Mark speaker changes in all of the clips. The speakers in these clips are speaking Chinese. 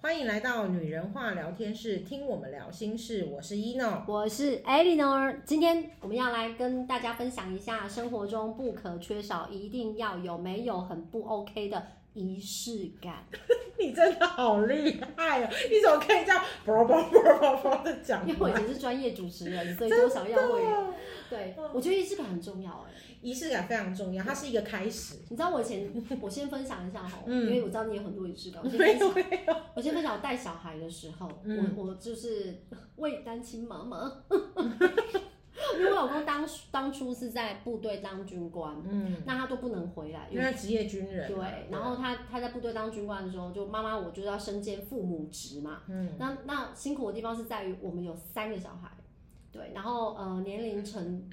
Speaker 1: 欢迎来到女人话聊天室，听我们聊心事。我是 ino，
Speaker 2: 我是 Eleanor，今天我们要来跟大家分享一下生活中不可缺少、一定要有、没有很不 OK 的仪式 感。
Speaker 1: 你真的好厉害哦！你怎么可以这样啵啵啵啵啵的讲
Speaker 2: 因为我以前是专业主持人，所以多少要会有。对，我觉得仪式感很重要哎、
Speaker 1: 仪式感非常重要，它是一个开始。
Speaker 2: 你知道我 以前，我先分享一下哈，
Speaker 1: 嗯
Speaker 2: 因为我知道你有很多仪式感。我先
Speaker 1: 没
Speaker 2: 分
Speaker 1: 有
Speaker 2: 享，
Speaker 1: 没有，
Speaker 2: 我先分享我带小孩的时候，
Speaker 1: 嗯
Speaker 2: 我我就是为单亲妈妈， 因为我老公当当初是在部队当军官，
Speaker 1: 嗯，
Speaker 2: 那他都不能回来，因
Speaker 1: 因
Speaker 2: 为
Speaker 1: 为他职业军人嘛，
Speaker 2: 对，然后他他在部队当军官的时候，就妈妈我就要身兼父母职嘛。
Speaker 1: 嗯
Speaker 2: 那那辛苦的地方是在于我们有三个小孩，对，然后呃年龄层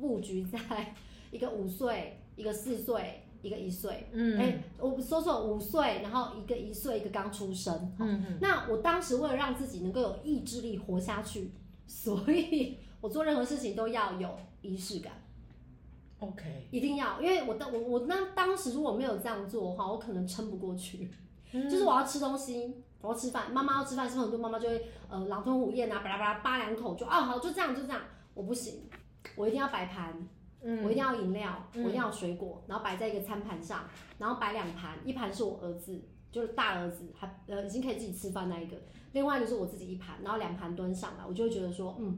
Speaker 2: 布局在一个五岁，一个四岁，一个一岁。哎、
Speaker 1: 嗯
Speaker 2: 我说说五岁，然后一个一岁，一个刚出生。好
Speaker 1: 嗯
Speaker 2: 那我当时为了让自己能够有意志力活下去，所以我做任何事情都要有仪式感。
Speaker 1: ，OK，
Speaker 2: 一定要，因为我当我我那当时如果没有这样做的话，我可能撑不过去。
Speaker 1: 嗯
Speaker 2: 就是我要吃东西，我要吃饭，妈妈要吃饭，是不是很多妈妈就会呃狼吞虎咽啊，巴拉巴拉扒两口就啊好就这样就这样，我不行，我一定要摆盘，
Speaker 1: 嗯
Speaker 2: 我一定要饮料，
Speaker 1: 嗯
Speaker 2: 我一定要有水果，然后摆在一个餐盘上，然后摆两盘，一盘是我儿子，就是大儿子，还呃已经可以自己吃饭那一个，另外就是我自己一盘，然后两盘端上来，我就会觉得说，嗯，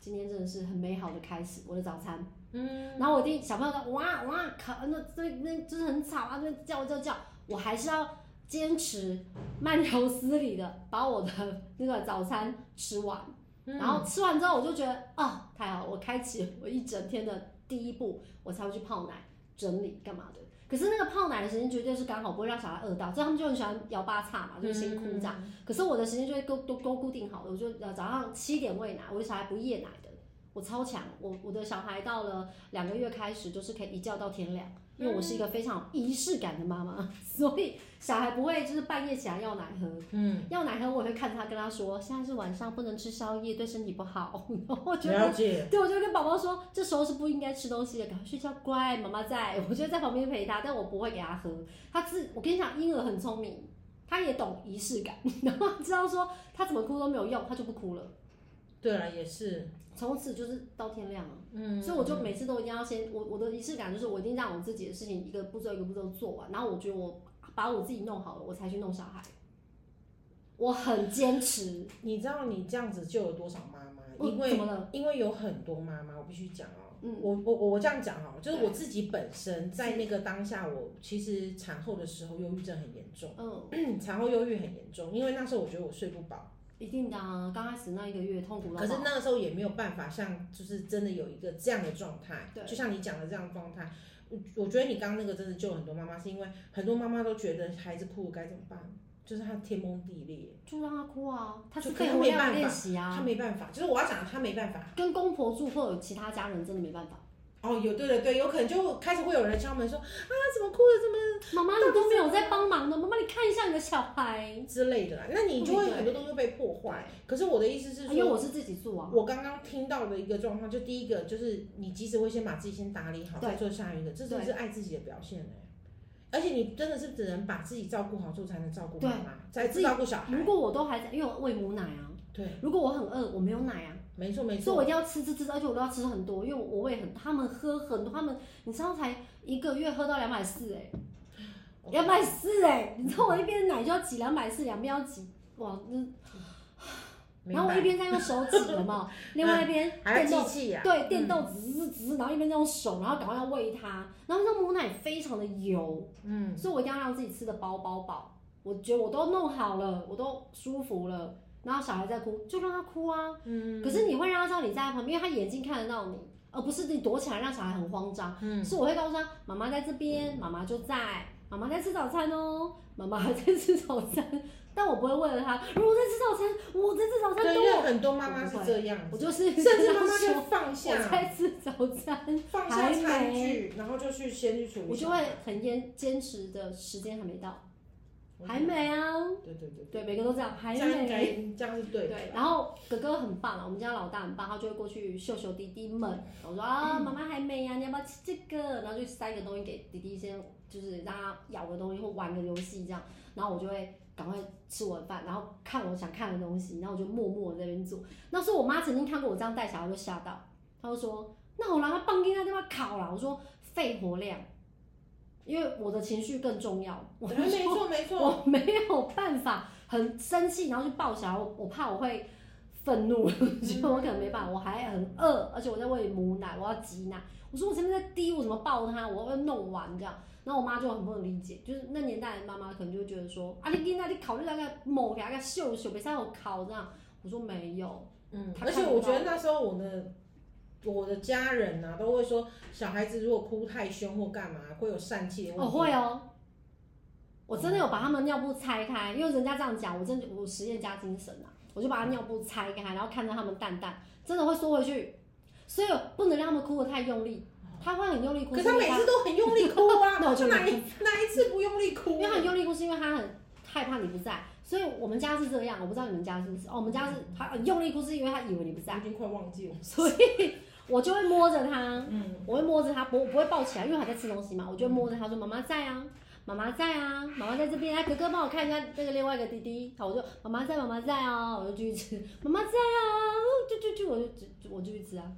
Speaker 2: 今天真的是很美好的开始，我的早餐。
Speaker 1: 嗯
Speaker 2: 然后我一定小朋友说哇哇靠，那这那就是很吵啊，那叫叫叫，我还是要坚持慢条斯理的把我的那个早餐吃完。
Speaker 1: 嗯
Speaker 2: 然后吃完之后，我就觉得哦，太好了，我开启我一整天的第一步，我才会去泡奶、整理干嘛的。可是那个泡奶的时间绝对是刚好不会让小孩饿到，所以他们就很喜欢摇八叉嘛，就先哭这样。可是我的时间就会都都都固定好了，我就呃早上七点喂奶，我的小孩不夜奶的，我超强，我我的小孩到了两个月开始就是可以一觉到天亮，因为我是一个非常有仪式感的妈妈， 所以小孩不会就是半夜起来要奶喝，
Speaker 1: 嗯，
Speaker 2: 要奶喝我会看他跟他说，现在是晚上不能吃宵夜，对身体不好， 然后我觉
Speaker 1: 了
Speaker 2: 得。
Speaker 1: 解，
Speaker 2: 对，我就跟宝宝说，这时候是不应该吃东西的，赶快睡觉，乖，妈妈在。我就在旁边陪他，但我不会给他喝。他自，我跟你讲，婴儿很聪明，他也懂仪式感， 然后知道说他怎么哭都没有用，他就不哭了。
Speaker 1: 对了，也是，
Speaker 2: 从此就是到天亮了，
Speaker 1: 嗯，
Speaker 2: 所以我就每次都一定要先，我我的仪式感就是我一定让我自己的事情一个步骤一个步骤做完，然后我觉得我把我自己弄好了，我才去弄小孩。我很坚持，
Speaker 1: 你知道你这样子救了多少妈妈？
Speaker 2: 我
Speaker 1: 因
Speaker 2: 怎
Speaker 1: 为
Speaker 2: 么了？
Speaker 1: 因为有很多妈妈，我必须讲哦。
Speaker 2: 嗯
Speaker 1: 我我我这样讲哦，就是
Speaker 2: 对
Speaker 1: 我自己本身在那个当下，我其实产后的时候忧郁症很严重，
Speaker 2: 嗯，
Speaker 1: 产后忧郁很严重，因为那时候我觉得我睡不饱，
Speaker 2: 一定的啊，刚开始那一个月痛苦到
Speaker 1: 可是
Speaker 2: 爆
Speaker 1: 那个时候也没有办法像就是真的有一个这样的状态，
Speaker 2: 对
Speaker 1: 就像你讲的这样的状态。我我觉得你刚刚那个真的救了很多妈妈，是因为很多妈妈都觉得孩子哭了该怎么办，就是他天崩地裂，
Speaker 2: 就让他哭啊，他
Speaker 1: 就
Speaker 2: 就
Speaker 1: 可
Speaker 2: 可
Speaker 1: 以
Speaker 2: 以
Speaker 1: 没
Speaker 2: 回
Speaker 1: 办
Speaker 2: 来
Speaker 1: 法
Speaker 2: 练习
Speaker 1: 他
Speaker 2: 啊。
Speaker 1: 没办法，就是我要讲他没办法，
Speaker 2: 跟公婆住或有其他家人真的没办法，
Speaker 1: 哦，有对对对，有可能就开始会有人敲门说啊，怎么哭的这么
Speaker 2: 妈妈你都没有在帮忙的，妈妈你看一下你的小孩。
Speaker 1: 之类的啦，那你就会
Speaker 2: 对
Speaker 1: 很多东西被破坏。可是我的意思是
Speaker 2: 因为
Speaker 1: 说，
Speaker 2: 哎我是自己住啊，
Speaker 1: 我刚刚听到的一个状况，就第一个就是你即使会先把自己先打理好，
Speaker 2: 对
Speaker 1: 再做下一个，这就是爱自己的表现嘞、而且你真的是只能把自己照顾好，之后才能照顾妈妈，才
Speaker 2: 自己
Speaker 1: 照顾小
Speaker 2: 如
Speaker 1: 孩。
Speaker 2: 果我都还在，因为我喂母奶啊，
Speaker 1: 对，
Speaker 2: 如果我很饿，我没有奶啊，
Speaker 1: 没错没
Speaker 2: 所以
Speaker 1: 错。
Speaker 2: 我一定要吃吃吃，而且我都要吃很多，因为我喂很，他们喝很多，他们你知道才一个月喝到两百四哎，两百四哎，你知道我一边奶就要挤两百四，两边要挤，哇，那
Speaker 1: 明
Speaker 2: 然后我一
Speaker 1: 白。
Speaker 2: 边在用 手挤有没有？另外一边
Speaker 1: 嗯还要
Speaker 2: 电动
Speaker 1: 机器啊呀、
Speaker 2: 对，电动滋滋滋，然后一边在用手，然后赶快要喂它，然后那母奶非常的油，
Speaker 1: 嗯，
Speaker 2: 所以我一定要让自己吃的饱饱饱。我觉得我都弄好了，我都舒服了，然后小孩在哭，就让他哭啊。
Speaker 1: 嗯，
Speaker 2: 可是你会让他知道你在他旁边，因为他眼睛看得到你，而不是你躲起来让小孩很慌张。
Speaker 1: 嗯
Speaker 2: 是我会告诉他，妈妈在这边，妈妈就在，妈妈在吃早餐哦，妈妈还在吃早餐，但我不会为了他，如果我在吃早餐，我在吃早餐，
Speaker 1: 对，因
Speaker 2: 等
Speaker 1: 为
Speaker 2: 我，
Speaker 1: 很多妈妈是
Speaker 2: 我不会
Speaker 1: 这样
Speaker 2: 我
Speaker 1: 子，
Speaker 2: 就是
Speaker 1: 甚至妈妈
Speaker 2: 跟他
Speaker 1: 就
Speaker 2: 说
Speaker 1: 放下，
Speaker 2: 我在吃早餐。
Speaker 1: 放下餐具，然后就去先去处理。
Speaker 2: 我就会很坚坚持的时间还没到，还。没啊，
Speaker 1: 对对对，
Speaker 2: 对，每个都这样，还
Speaker 1: 这样应该
Speaker 2: 没。啊
Speaker 1: 这样是对的。
Speaker 2: 对，然后哥哥很棒啊，我们家老大很棒，他就会过去秀秀弟弟们。我说啊，
Speaker 1: 嗯
Speaker 2: 妈妈还没呀、你要不要吃这个？然后就塞一个东西给弟弟先，就是让他咬个东西或玩个游戏这样。然后我就会赶快吃我的饭，然后看我想看的东西，然后我就默默地在那边做。那时候我妈曾经看过我这样带小孩，就吓到，她就说：“那我让他放进那地方烤啦。”我说：“肺活量，因为我的情绪更重要。”我就
Speaker 1: 对没
Speaker 2: 说
Speaker 1: 错没错，
Speaker 2: 我没有办法，很生气，然后就抱小孩，我我怕我会愤怒，就我可能没办法，我还很饿，而且我在喂母奶，我要挤奶。我说我前面在滴，我怎么抱它？我要弄完这样。然后我妈就很不能理解，就是那年代的妈妈可能就会觉得说，啊你囡仔你考虑那个某给他个秀秀，别再我考这样。我说没有，
Speaker 1: 嗯，
Speaker 2: 他
Speaker 1: 而且
Speaker 2: 看
Speaker 1: 我
Speaker 2: 不
Speaker 1: 觉得那时候我的我的家人啊都会说，小孩子如果哭太凶或干嘛，会有疝气的问
Speaker 2: 我、
Speaker 1: 题。哦
Speaker 2: 会哦。我真的有把他们尿布拆开，因为人家这样讲，我真的我实验家精神啊，我就
Speaker 1: 嗯
Speaker 2: 把他尿布拆开，然后看着他们蛋蛋，真的会缩回去，所以不能让他们哭得太用力，他会很用力哭，
Speaker 1: 哦可是他每次都很用力哭啊，
Speaker 2: 那我就
Speaker 1: 哪一哪一次不用力
Speaker 2: 因
Speaker 1: 哭
Speaker 2: 为？他很用力哭，是因为他很害怕你不在，所以我们家是这样，我不知道你们家是不是，哦，我们家是他很用力哭，是因为他以为你不
Speaker 1: 我
Speaker 2: 在，
Speaker 1: 已经快忘记了。
Speaker 2: 所以我就会摸着他，
Speaker 1: 嗯，
Speaker 2: 我会摸着他，不我不会抱起来，因为我还在吃东西嘛，我就会摸着他说：“妈妈在啊，妈妈在啊，妈妈在这边。”哎，哥哥帮我看一下那个另外一个弟弟，好，我就妈妈在，妈妈在啊，我就继续吃，妈妈在啊，就就就我就就我就去吃啊，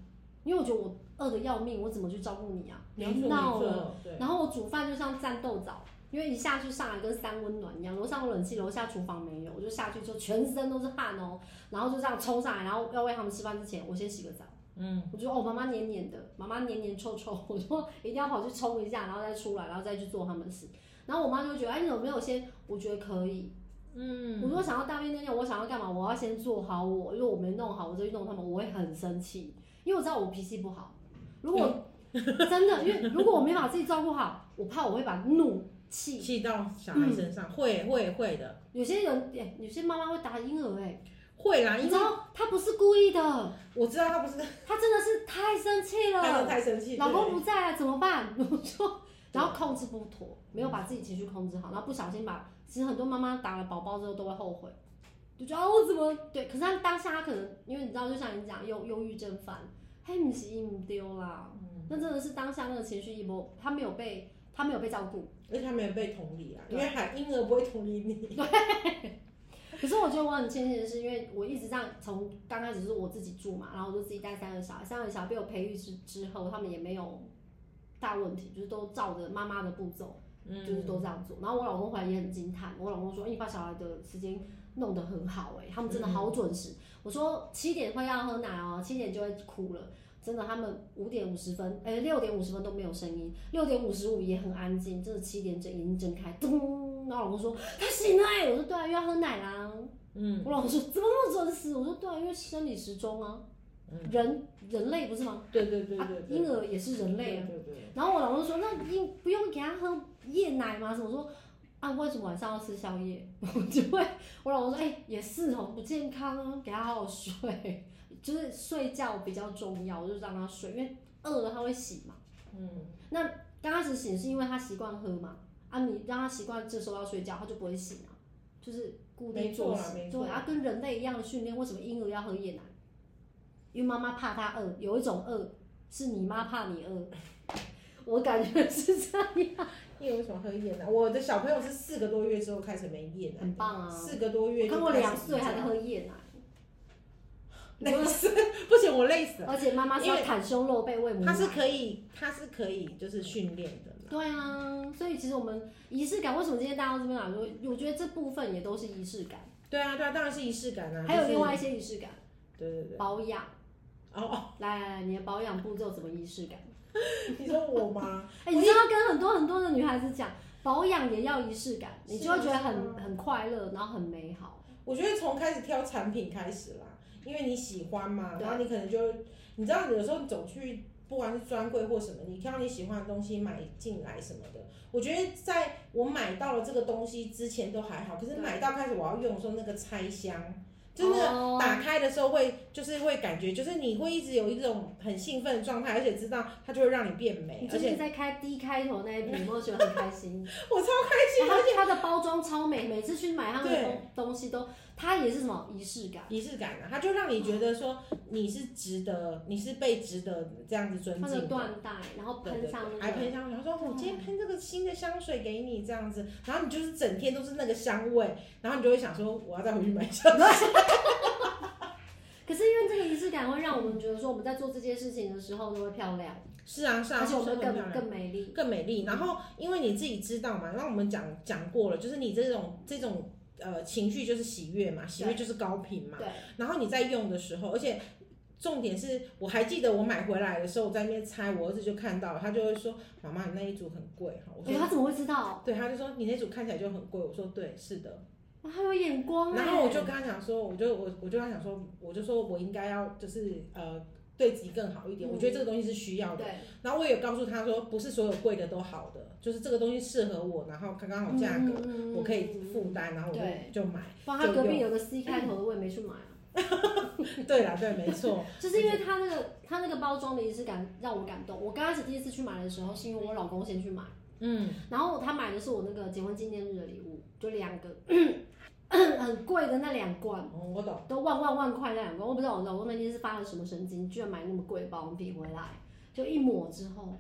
Speaker 2: 因为我觉得我饿得要命，我怎么去照顾你啊？
Speaker 1: 没错没
Speaker 2: 闹了。
Speaker 1: 错，对，
Speaker 2: 然后我煮饭就像战斗澡，因为一下去上来跟三温暖一样，楼上有冷气，楼下厨房没有，我就下去就全身都是汗哦，然后就这样冲上来，然后要喂他们吃饭之前，我先洗个澡。
Speaker 1: 嗯，
Speaker 2: 我就说哦，妈妈黏黏的，妈妈黏黏臭臭， 我说一定要跑去冲一下，然后再出来，然后再去做他们的事。然后我妈就会觉得，哎，你有没有先？我觉得可以。我
Speaker 1: 嗯，
Speaker 2: 如果想要大便尿尿，我想要干嘛？我要先做好我，因为我没弄好，我再去弄他们，我会很生气，因为我知道我脾气不好。如果、真的，因为如果我没把自己照顾好，我怕我会把怒气。
Speaker 1: 气到小孩身
Speaker 2: 嗯
Speaker 1: 上，会会会的，
Speaker 2: 有些人，哎、有些妈妈会打婴儿、哎，
Speaker 1: 会啦，
Speaker 2: 你
Speaker 1: 因
Speaker 2: 知
Speaker 1: 为
Speaker 2: 道她不是故意的，
Speaker 1: 我知道他不是
Speaker 2: 她真的是太生气了。
Speaker 1: 他真的太生气，
Speaker 2: 啊老
Speaker 1: 对
Speaker 2: 公不在啊，怎么办？ 我说，然后控制不妥，没有把自己情绪控制好，然后不小心把，其实很多妈妈打了宝宝之后都会后悔，就觉得啊我怎么对？可是她当下她可能因为你知道，就像你讲忧忧郁症犯，嘿，不是伊唔丢啦，
Speaker 1: 嗯
Speaker 2: 那真的是当下那个情绪一波，他没有被他没有被照顾。
Speaker 1: 而且他没有被同理啊，因
Speaker 2: 对
Speaker 1: 为孩婴儿不会同理你，
Speaker 2: 可是我觉得我很庆幸的是，因为我一直这样从刚开始是我自己住嘛，然后我就自己带三个小孩，三个小孩被我培育之之后，他们也没有大问题，就是都照着妈妈的步骤。就是
Speaker 1: 嗯，
Speaker 2: 都这样做。然后我老公回来也很惊叹，我老公说：“哎你把小孩的时间弄得很好、哎，他们真的好准时。我说：“七点会要喝奶哦，七点就会哭了。”真的，他们五点五十分，哎、六点五十分都没有声音，六点五十五也很安静，真的七点整眼睛睁开，咚，然后我老公说他醒了、哎，我说对啊，又要喝奶啦。
Speaker 1: 嗯
Speaker 2: 我老公说怎么那么准时？我说对啊，因为生理时钟啊，
Speaker 1: 嗯
Speaker 2: 人人类不是吗？
Speaker 1: 对对对
Speaker 2: 啊
Speaker 1: 对，对
Speaker 2: 婴儿也是人类啊。
Speaker 1: 对对对，
Speaker 2: 然后我老公说：“那你不用给他喝夜奶吗？”什么我说啊？为什么晚上要吃宵夜？ 我就会我老公说：“哎、也是哦，不健康啊，给他好好睡， 就是睡觉比较重要，我就让他睡，因为饿了他会醒嘛。
Speaker 1: 嗯，
Speaker 2: 刚开始醒是因为他习惯喝嘛，啊，你让他习惯这时候要睡觉，他就不会醒啊，就是固定
Speaker 1: 没错
Speaker 2: 作
Speaker 1: 啦
Speaker 2: 息
Speaker 1: 没，错
Speaker 2: 对啊，跟人类一样的训练，为什么婴儿要喝夜奶？因为妈妈怕他饿，有一种饿是你妈怕你饿， 我感觉是这样。
Speaker 1: 婴儿为什么喝夜奶？我的小朋友是四个多月之后开始没夜奶，
Speaker 2: 很棒啊
Speaker 1: 四个多月
Speaker 2: 我
Speaker 1: 就
Speaker 2: 看我
Speaker 1: 开始
Speaker 2: 两岁还在
Speaker 1: 比
Speaker 2: 喝夜奶，
Speaker 1: 较 累死，不行，我累死了。
Speaker 2: 而且妈妈是要袒胸露背喂母
Speaker 1: 他
Speaker 2: 奶。
Speaker 1: 是可以，他是可以就是训练的啦，
Speaker 2: 对啊，所以其实我们仪式感，为什么今天大家到这边来说，我觉得这部分也都是仪式感，
Speaker 1: 对啊对啊，当然是仪式感啊，
Speaker 2: 还有
Speaker 1: 就是
Speaker 2: 另外一些仪式感，
Speaker 1: 对对对，
Speaker 2: 保养。
Speaker 1: 哦，
Speaker 2: 来来来，你的保养步骤怎么仪式感？
Speaker 1: 你说我吗？
Speaker 2: 哎、你就要跟很多很多的女孩子讲，保养也要仪式感，
Speaker 1: 是啊
Speaker 2: 你就会觉得很
Speaker 1: 是
Speaker 2: 很快乐，然后很美好。
Speaker 1: 我觉得从开始挑产品开始啦，因为你喜欢嘛，
Speaker 2: 对
Speaker 1: 然后你可能就，你知道有时候你走去不管是专柜或什么，你挑你喜欢的东西买进来什么的，我觉得在我买到了这个东西之前都还好，可是
Speaker 2: 对
Speaker 1: 买到开始我要用的时候，那个拆箱。真的
Speaker 2: 哦
Speaker 1: 打开的时候会，就是会感觉，就是你会一直有一种很兴奋的状态，而且知道它就会让你变美
Speaker 2: 你，
Speaker 1: 而
Speaker 2: 最
Speaker 1: 且
Speaker 2: 近在开 D 开头那一瓶，我觉得很开 心。
Speaker 1: 我超开心的，
Speaker 2: 它它的包装超美，每次去买它的
Speaker 1: 对
Speaker 2: 东东西都，它也是什么仪式感，
Speaker 1: 仪式感啊，它就让你觉得说你是值得，你是被值得这样子尊
Speaker 2: 它的
Speaker 1: 敬的。
Speaker 2: 缎带，然后
Speaker 1: 对
Speaker 2: 喷
Speaker 1: 对
Speaker 2: 上
Speaker 1: 对，
Speaker 2: 哦那
Speaker 1: 还
Speaker 2: 个，嗯
Speaker 1: 喷香水，他说哦我今天喷这个新的香水给你这样子，然后你就是整天都是那个香味，然后你就会想说我要再回去买香水。
Speaker 2: 可是因为这个仪式感会让我们觉得说我们在做这件事情的时候都会漂亮，
Speaker 1: 是啊是啊，
Speaker 2: 而且我们
Speaker 1: 是
Speaker 2: 会
Speaker 1: 很漂亮
Speaker 2: 更更美丽。
Speaker 1: 更美丽。然后因为你自己知道嘛，那我们讲讲过了，就是你这种这种呃情绪就是喜悦嘛，喜悦就是高频嘛。
Speaker 2: 对，
Speaker 1: 然后你在用的时候，而且。重点是我还记得我买回来的时候，我在那边拆，我儿子就看到了，他就会说：“妈妈，你那一组很贵哈。”我
Speaker 2: 哎，
Speaker 1: 说
Speaker 2: 他怎么会知道？：“
Speaker 1: 对。”他就说：“你那组看起来就很贵。”我说：“对，是的。”
Speaker 2: 哇，他有眼光哎。
Speaker 1: 然后我就跟他讲说，我就我我就跟他讲说，我就说我应该要就是呃对自己更好一点，
Speaker 2: 嗯
Speaker 1: 我觉得这个东西是需要的。
Speaker 2: 对，
Speaker 1: 然后我也告诉他说，不是所有贵的都好的，就是这个东西适合我，然后刚刚好价格、
Speaker 2: 格
Speaker 1: 我可以负担，然后我
Speaker 2: 对
Speaker 1: 就就买。
Speaker 2: 哇，他
Speaker 1: 就
Speaker 2: 隔壁
Speaker 1: 用
Speaker 2: 有个 C 开头的，我也没去买啊，
Speaker 1: 对啦，对，没错，
Speaker 2: 就是因为他那个他那个包装的仪式感让我感动。我刚开始第一次去买的时候，是因为我老公先去买，
Speaker 1: 嗯，
Speaker 2: 然后他买的是我那个结婚纪念日的礼物，就两个 很贵的那两罐。
Speaker 1: 哦我懂，
Speaker 2: 都万万万块那两罐，我不知道我老公那天是发了什么神经，居然买那么贵的保养品回来，就一抹之后，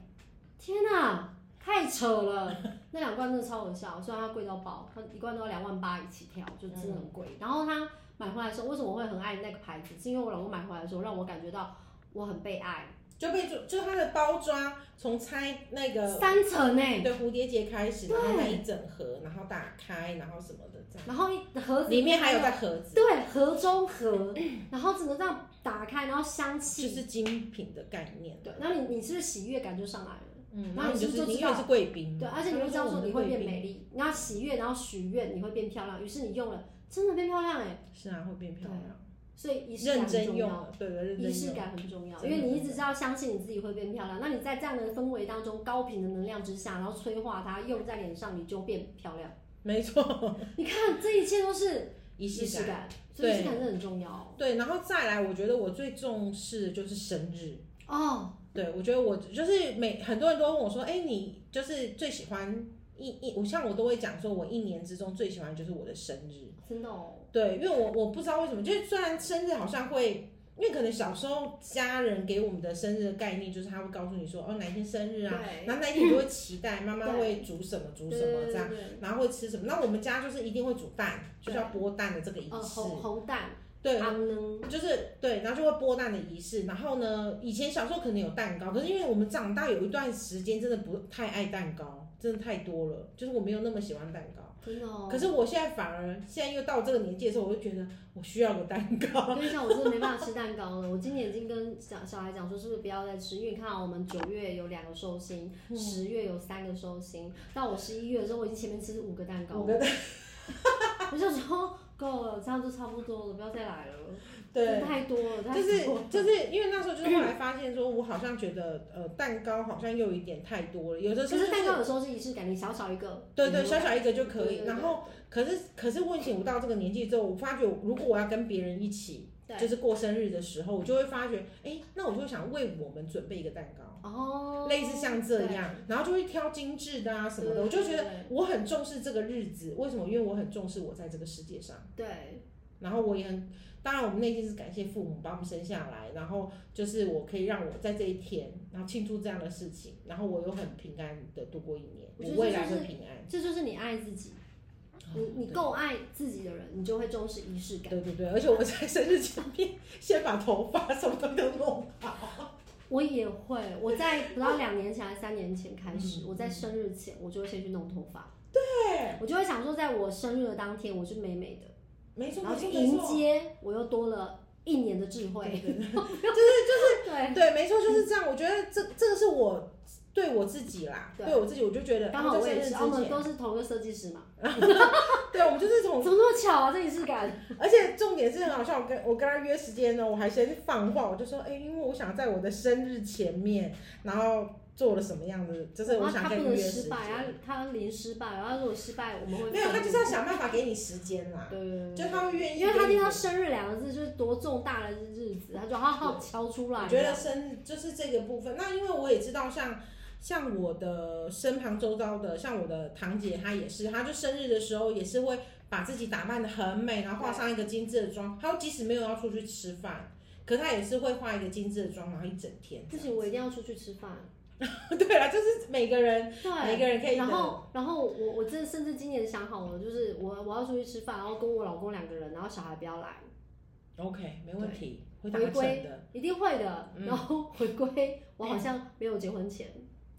Speaker 2: 天哪、太扯了！那两罐真的超有效，虽然它贵到爆，它一罐都要两万八起跳，就真的很贵。
Speaker 1: 嗯
Speaker 2: 然后它买回来的时候，为什么我会很爱那个牌子？是因为我老公买回来的时候让我感觉到我很被爱，
Speaker 1: 就被就就是它的包装从拆那个
Speaker 2: 三层哎、
Speaker 1: 对蝴蝶结开始，然后
Speaker 2: 对
Speaker 1: 那一整盒，然后打开，然后什么的这样，
Speaker 2: 然后一盒子
Speaker 1: 里面还有在盒子，
Speaker 2: 对盒中盒，然后整个这样打开，然后香
Speaker 1: 就
Speaker 2: 气，
Speaker 1: 是精品的概念，
Speaker 2: 对，那你你是不是喜悦感就上来了？
Speaker 1: 嗯，
Speaker 2: 然
Speaker 1: 然
Speaker 2: 后
Speaker 1: 后
Speaker 2: 你
Speaker 1: 你就
Speaker 2: 是不是
Speaker 1: 是你
Speaker 2: 就知
Speaker 1: 因为
Speaker 2: 道
Speaker 1: 是贵宾，
Speaker 2: 对，而且你会知道
Speaker 1: 我
Speaker 2: 说
Speaker 1: 们嗯
Speaker 2: 你
Speaker 1: 是
Speaker 2: 会
Speaker 1: 贵
Speaker 2: 变
Speaker 1: 宾
Speaker 2: 美丽，你要喜悦，然后许愿，你会变漂亮。于是你用了，真的变漂亮哎、
Speaker 1: 是啊，会变漂亮，
Speaker 2: 所以仪式感
Speaker 1: 认
Speaker 2: 很
Speaker 1: 真
Speaker 2: 重
Speaker 1: 用
Speaker 2: 要，
Speaker 1: 了，对对，认
Speaker 2: 仪
Speaker 1: 真
Speaker 2: 式
Speaker 1: 用。
Speaker 2: 感很重要，
Speaker 1: 真
Speaker 2: 因
Speaker 1: 的
Speaker 2: 为你一直要相信你自己会变漂亮。那你在这样的氛围当中，高频的能量之下，然后催化它用在脸上，你就变漂亮。
Speaker 1: 没 错，
Speaker 2: 你看，这一切都是
Speaker 1: 哦仪
Speaker 2: 仪
Speaker 1: 式
Speaker 2: 式
Speaker 1: 感。
Speaker 2: 感，所以仪式
Speaker 1: 对
Speaker 2: 感是很重要
Speaker 1: 对，然后再来，我觉得我最重视的就是生日。
Speaker 2: 哦。
Speaker 1: 对，我觉得我就是每很多人都问我说，哎，你就是最喜欢一一，我像我都会讲说，我一年之中最喜欢就是我的生日。
Speaker 2: 真的哦，
Speaker 1: 对，因为我我不知道为什么，就是虽然生日好像会，因为可能小时候家人给我们的生日的概念就是他会告诉你说，哦，哪一天生日啊，
Speaker 2: 对
Speaker 1: 然后那一天你就会期待妈妈
Speaker 2: 对
Speaker 1: 会煮什么煮
Speaker 2: 对
Speaker 1: 什么
Speaker 2: 对
Speaker 1: 这样。
Speaker 2: 对对
Speaker 1: 然后会吃什么？那我们家就是一定会煮蛋，就是要剥蛋的这个仪
Speaker 2: 呃，
Speaker 1: 式。
Speaker 2: 红红蛋，
Speaker 1: 对，
Speaker 2: 昂呢，
Speaker 1: 就是对，然后就会剥蛋的仪式。然后呢，以前小时候可能有蛋糕，可是因为我们长大有一段时间真的不太爱蛋糕，真的太多了，就是我没有那么喜欢蛋糕。
Speaker 2: 真的哦。
Speaker 1: 可是我现在反而现在又到这个年纪的时候，我就觉得我需要个蛋糕。
Speaker 2: 我跟你讲，我真的没办法吃蛋糕了。我今年已经跟小小孩讲说，是不是不要再吃？因为你看啊，我们九月有两个寿星，
Speaker 1: 嗯
Speaker 2: 十月有三个寿星，到我十一月的时候，我已经前面吃五个蛋糕
Speaker 1: 五
Speaker 2: 了。
Speaker 1: 个蛋，
Speaker 2: 我就说够了，这样就差不多了，不要再来了。真
Speaker 1: 对
Speaker 2: 的，太多了，太
Speaker 1: 就是
Speaker 2: 多了。
Speaker 1: 就是因为那时候就是后来发现说，我好像觉得呃蛋糕好像又有一点太多了，有的时
Speaker 2: 可
Speaker 1: 候就是
Speaker 2: 蛋糕有时候是仪式感，你小小一个，
Speaker 1: 对对
Speaker 2: 你
Speaker 1: 小小一个就可
Speaker 2: 对对
Speaker 1: 以。
Speaker 2: 对
Speaker 1: 然后可是可是问题我到这个年纪之后，我发觉如果我要跟别人一起。
Speaker 2: 对
Speaker 1: 就是过生日的时候，我就会发觉，哎，那我就想为我们准备一个蛋糕，
Speaker 2: 哦，
Speaker 1: 类似像这样，然后就会挑精致的啊什么的，我就觉得
Speaker 2: 得
Speaker 1: 我很重视这个日子，为什么？因为我很重视我在这个世界上，
Speaker 2: 对
Speaker 1: 然后我也很，当然我们内心是感谢父母把我们生下来，然后就是我可以让我在这一天，然后庆祝这样的事情，然后我又很平安的度过一年，
Speaker 2: 我觉得
Speaker 1: 我未
Speaker 2: 这
Speaker 1: 来
Speaker 2: 就是
Speaker 1: 会平安。
Speaker 2: 这就是你爱自己，你你
Speaker 1: 哦对
Speaker 2: 够爱自己的人，你就会重视仪式感。
Speaker 1: 对对对，而且我在生日前面 先把头发什么都给弄好。
Speaker 2: 我也会，我在不到两年前还是三年前开始，我在生日前我就会先去弄头发，
Speaker 1: 嗯对，
Speaker 2: 我就会想说，在我生日的当天，我是美美的，
Speaker 1: 没错
Speaker 2: 然后
Speaker 1: 没
Speaker 2: 去
Speaker 1: 错没
Speaker 2: 迎
Speaker 1: 错。
Speaker 2: 接我又多了一年的智慧，
Speaker 1: 对对
Speaker 2: 对，
Speaker 1: 对， 没错，就是这样。我觉得这这个是我对我自己啦，
Speaker 2: 对
Speaker 1: 对我自己，我就觉得
Speaker 2: 刚好
Speaker 1: 哦
Speaker 2: 我
Speaker 1: 在
Speaker 2: 也
Speaker 1: 生日
Speaker 2: 是，
Speaker 1: 之
Speaker 2: 啊我们
Speaker 1: 前，哦
Speaker 2: 都是同一个设计师嘛，
Speaker 1: 对，我们就是从，
Speaker 2: 怎么那么巧啊？这仪式 感，
Speaker 1: 而且重点是很好笑，我跟我跟他约时间呢，我还先放话，我就说，哎、因为我想在我的生日前面，然后做了什么样的，就是我
Speaker 2: 哇
Speaker 1: 想
Speaker 2: 啊他
Speaker 1: 跟你
Speaker 2: 不
Speaker 1: 约
Speaker 2: 能
Speaker 1: 时
Speaker 2: 失败，他
Speaker 1: 间。
Speaker 2: 他零失败，然后如果失败，我们会
Speaker 1: 没有，他就是要
Speaker 2: 分
Speaker 1: 想办法给你时间啦，
Speaker 2: 对对对
Speaker 1: 就他会愿意
Speaker 2: 嗯因为他
Speaker 1: 给你
Speaker 2: 听到“生日”两个字，就是多重大的日子，他就好好敲出来。
Speaker 1: 我觉得生日就是这个部分。那因为我也知道像，像我的身旁周遭的，像我的堂姐，她也是，她就生日的时候也是会把自己打扮的很美，然后化上一个精致的妆。她即使没有要出去吃饭，可她也是会化一个精致的妆，然后一整天。
Speaker 2: 不行，我一定要出去吃饭。
Speaker 1: 对啦，就是每个人每
Speaker 2: 对，
Speaker 1: 个人可以
Speaker 2: 然
Speaker 1: 的。
Speaker 2: 后然后我我真的甚至今年想好了，就是我我要出去吃饭，然后跟我老公两个人，然后小孩不要来，
Speaker 1: OK，没问题，会达
Speaker 2: 回
Speaker 1: 成
Speaker 2: 归
Speaker 1: 的。
Speaker 2: 一定会的。
Speaker 1: 嗯
Speaker 2: 然后回归，我好像没有结婚前，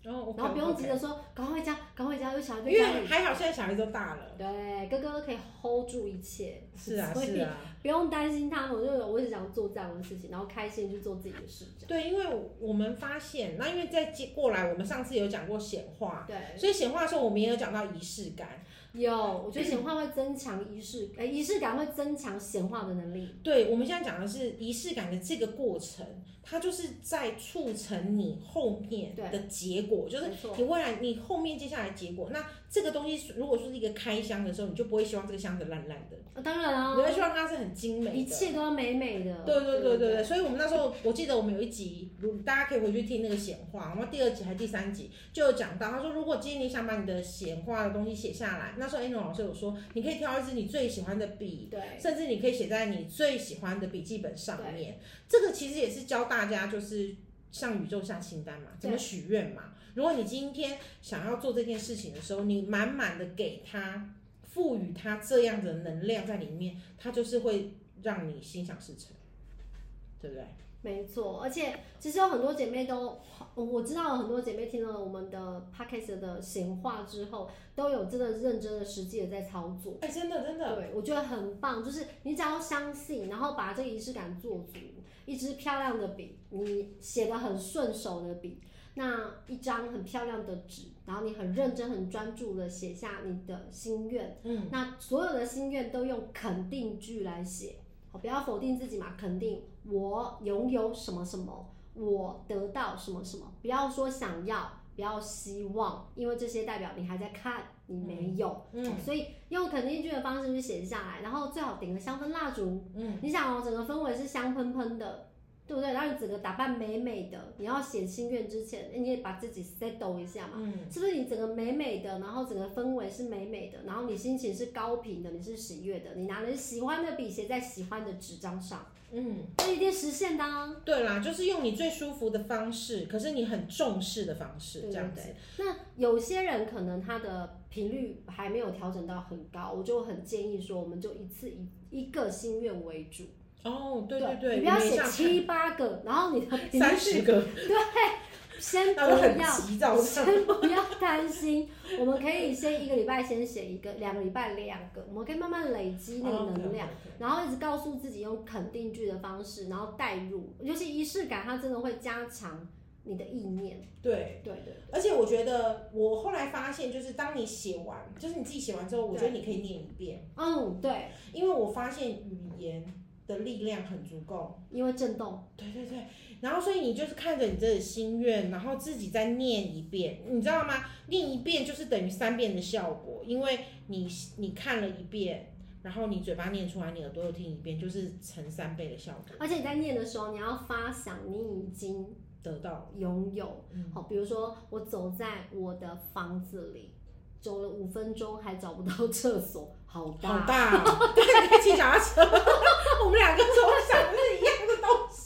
Speaker 1: 然后
Speaker 2: 然后不用急
Speaker 1: 急，
Speaker 2: 着说赶快回家，赶快回家，因为小孩在
Speaker 1: 哦因
Speaker 2: 家
Speaker 1: 为
Speaker 2: 里。
Speaker 1: 还好现在小孩都大了。
Speaker 2: 对，哥哥可以 hold 住一切，
Speaker 1: 是啊，
Speaker 2: 所以
Speaker 1: 是啊。
Speaker 2: 不用担心他们。我就我只想做这样的事情，然后开心去做自己的事，这样。
Speaker 1: 对，因为我们发现，那因为在接过来，我们上次有讲过显化，
Speaker 2: 对，
Speaker 1: 所以显化的时候，我们也有讲到仪式感。
Speaker 2: 有，我觉得显化会增强仪式，哎、仪式感会增强显化的能力。
Speaker 1: 对，我们现在讲的是仪式感的这个过程，它就是在促成你后面的结果，就是
Speaker 2: 没错，
Speaker 1: 你未来你后面接下来的结果。那这个东西如果说是一个开箱的时候，你就不会希望这个箱子烂烂的，
Speaker 2: 啊当然
Speaker 1: 你会
Speaker 2: 啊，
Speaker 1: 希望它是很精美
Speaker 2: 一
Speaker 1: 的。
Speaker 2: 切都要美美的。
Speaker 1: 对对对对对，所以我们那时候，我记得我们有一集，如大家可以回去听那个显化，然后第二集还第三集就有讲到，他说如果今天你想把你的显化的东西写下来，那时候 a n 老师有说，你可以挑一支你最喜欢的笔，
Speaker 2: 对对
Speaker 1: 甚至你可以写在你最喜欢的笔记本上面。这个其实也是教大家，就是向宇宙下清单嘛，
Speaker 2: 对
Speaker 1: 怎么许愿嘛。如果你今天想要做这件事情的时候，你满满的给他，赋予他这样的能量在里面，他就是会让你心想事成，对不对？
Speaker 2: 没错。而且其实有很多姐妹都，我知道有很多姐妹听了我们的 podcast 的显化之后，都有真的认真的实际的在操作。
Speaker 1: 哎、真的真的，
Speaker 2: 对，我觉得很棒，就是你只要相信，然后把这个仪式感做足，一支漂亮的笔，你写的很顺手的笔，那一张很漂亮的纸，然后你很认真、很专注的写下你的心愿，
Speaker 1: 嗯，
Speaker 2: 那所有的心愿都用肯定句来写，好，不要否定自己嘛，肯定我拥有什么什么，我得到什么什么，不要说想要。不要希望，因为这些代表你还在看，你没有，
Speaker 1: 嗯
Speaker 2: 所以用肯定句的方式去写下来，然后最好点个香氛蜡烛。
Speaker 1: 嗯，
Speaker 2: 你想哦，整个氛围是香喷喷的，对不对？然后你整个打扮美美的，你要写心愿之前，你也把自己 settle 一下嘛。
Speaker 1: 嗯，
Speaker 2: 是不是你整个美美的，然后整个氛围是美美的，然后你心情是高频的，你是喜悦的，你拿了喜欢的笔写在喜欢的纸张上，
Speaker 1: 嗯，
Speaker 2: 这一定实现的、啊。
Speaker 1: 对啦，就是用你最舒服的方式，可是你很重视的方式，
Speaker 2: 对
Speaker 1: 这样
Speaker 2: 对
Speaker 1: 子。
Speaker 2: 那有些人可能他的频率还没有调整到很高，我就很建议说，我们就一次一一个心愿为主。
Speaker 1: 哦，对对对，
Speaker 2: 你不要
Speaker 1: 每
Speaker 2: 写
Speaker 1: 项
Speaker 2: 七八个，然后你的频
Speaker 1: 三
Speaker 2: 率
Speaker 1: 十个
Speaker 2: 先不
Speaker 1: 那我很
Speaker 2: 要。
Speaker 1: 急 躁，
Speaker 2: 先不要担心，我们可以先一个礼拜先写一个，两个礼拜两个，我们可以慢慢累积那个
Speaker 1: 哦
Speaker 2: 能量，。然后一直告诉自己用肯定句的方式，然后带入，尤其仪式感，它真的会加强你的意念。
Speaker 1: 对，
Speaker 2: 对对，
Speaker 1: 而且我觉得我后来发现，就是当你写完，就是你自己写完之后，我觉得你可以念一遍，
Speaker 2: 嗯对，
Speaker 1: 因为我发现语言的力量很足够。
Speaker 2: 因为震动，
Speaker 1: 对对对，然后所以你就是看着你自己的心愿，然后自己再念一遍，你知道吗？念一遍就是等于三遍的效果，因为你你看了一遍，然后你嘴巴念出来，你耳朵又听一遍，就是乘三倍的效果
Speaker 2: 而且你在念的时候，你要发想你已经
Speaker 1: 得到。
Speaker 2: 拥有
Speaker 1: 嗯。
Speaker 2: 好，比如说我走在我的房子里，走了五分钟还找不到厕所，好
Speaker 1: 好
Speaker 2: 大。
Speaker 1: 大、哦！ 对，你可以骑脚踏车。 我们两个怎么想的是一样的东西？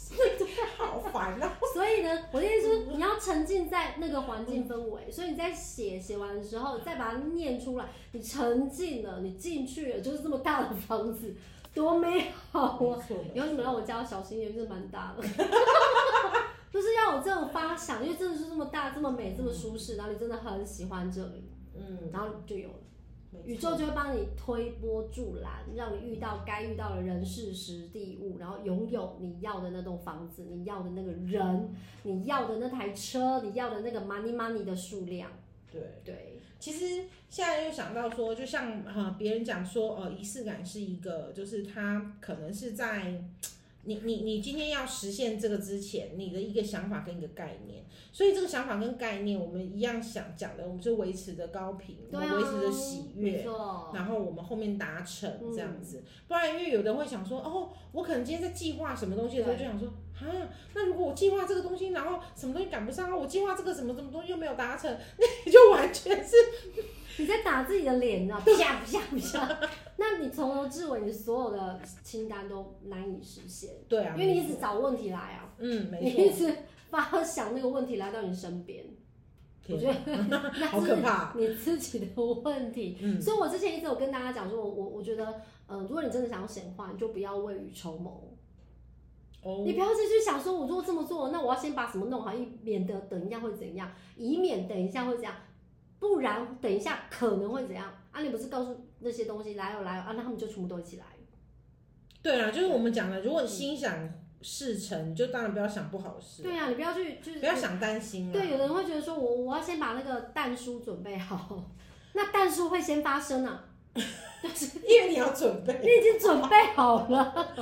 Speaker 1: 好烦啊！
Speaker 2: 所以呢，我的意思是，你要沉浸在那个环境氛围，所以你在写写完的时候，再把它念出来，你沉浸了，你进去了，就是这么大的房子，多美 好啊！以
Speaker 1: 有
Speaker 2: 后你们来我家，小心一点，就是蛮大的。 就是要有这种发想，因为真的是这么大、这么美、这么舒适，然后你真的很喜欢这里，
Speaker 1: 嗯，
Speaker 2: 然后就有了。
Speaker 1: 没错
Speaker 2: 宇宙就会帮你推波助澜，让你遇到该遇到的人、事、时、地、物，然后拥有你要的那栋房子、你要的那个人、你要的那台车、你要的那个 money money 的数量。
Speaker 1: 对对，
Speaker 2: 对，
Speaker 1: 其实现在又想到说，就像呃别人讲说，呃仪式感是一个，就是它可能是在你你你今天要实现这个之前，你的一个想法跟一个概念，所以这个想法跟概念，我们一样想讲的，我们就维持着高频，我
Speaker 2: 对啊，
Speaker 1: 们维持着喜悦，
Speaker 2: 没错，
Speaker 1: 然后我们后面达成
Speaker 2: 嗯
Speaker 1: 这样子，不然因为有的人会想说，哦，我可能今天在计划什么东西的时候就
Speaker 2: 对
Speaker 1: 想说，啊，那如果我计划这个东西，然后什么东西赶不上，我计划这个什么什么东西又没有达成，那你就完全 是
Speaker 2: 你在打自己的脸，你 知道，啪啪啪，那你从头至尾，你所有的清单都难以实现，
Speaker 1: 对啊，
Speaker 2: 因为你一
Speaker 1: 没
Speaker 2: 直
Speaker 1: 错
Speaker 2: 找问题来啊，
Speaker 1: 嗯，
Speaker 2: 你
Speaker 1: 没
Speaker 2: 一
Speaker 1: 错，
Speaker 2: 直发想那个问题来到你身边，我
Speaker 1: 天啊
Speaker 2: 觉得
Speaker 1: 好可
Speaker 2: 那
Speaker 1: 怕，
Speaker 2: 是 你自己的问题。
Speaker 1: 啊嗯，
Speaker 2: 所以我之前一直有跟大家讲说，我我我觉得，嗯、如果你真的想要显化，你就不要未雨绸缪，
Speaker 1: 哦
Speaker 2: 你，不要再去想说，我如果这么做，那我要先把什么弄好，以免得等一下会怎样，以免等一下会怎样，不然等一下可能会怎样啊？你不是告诉那些东西来哦来哦啊，那他们就全部都一起来。
Speaker 1: 对啊，就是我们讲的，如果你心想事成，你就当然不要想不好的事，
Speaker 2: 对啊，你不要去就是
Speaker 1: 不要想担心
Speaker 2: 对，
Speaker 1: 啊，
Speaker 2: 有的人会觉得说我我要先把那个蛋书准备好， 那蛋书会先发生啊，
Speaker 1: 因为你要准备，
Speaker 2: 你已经准备好了。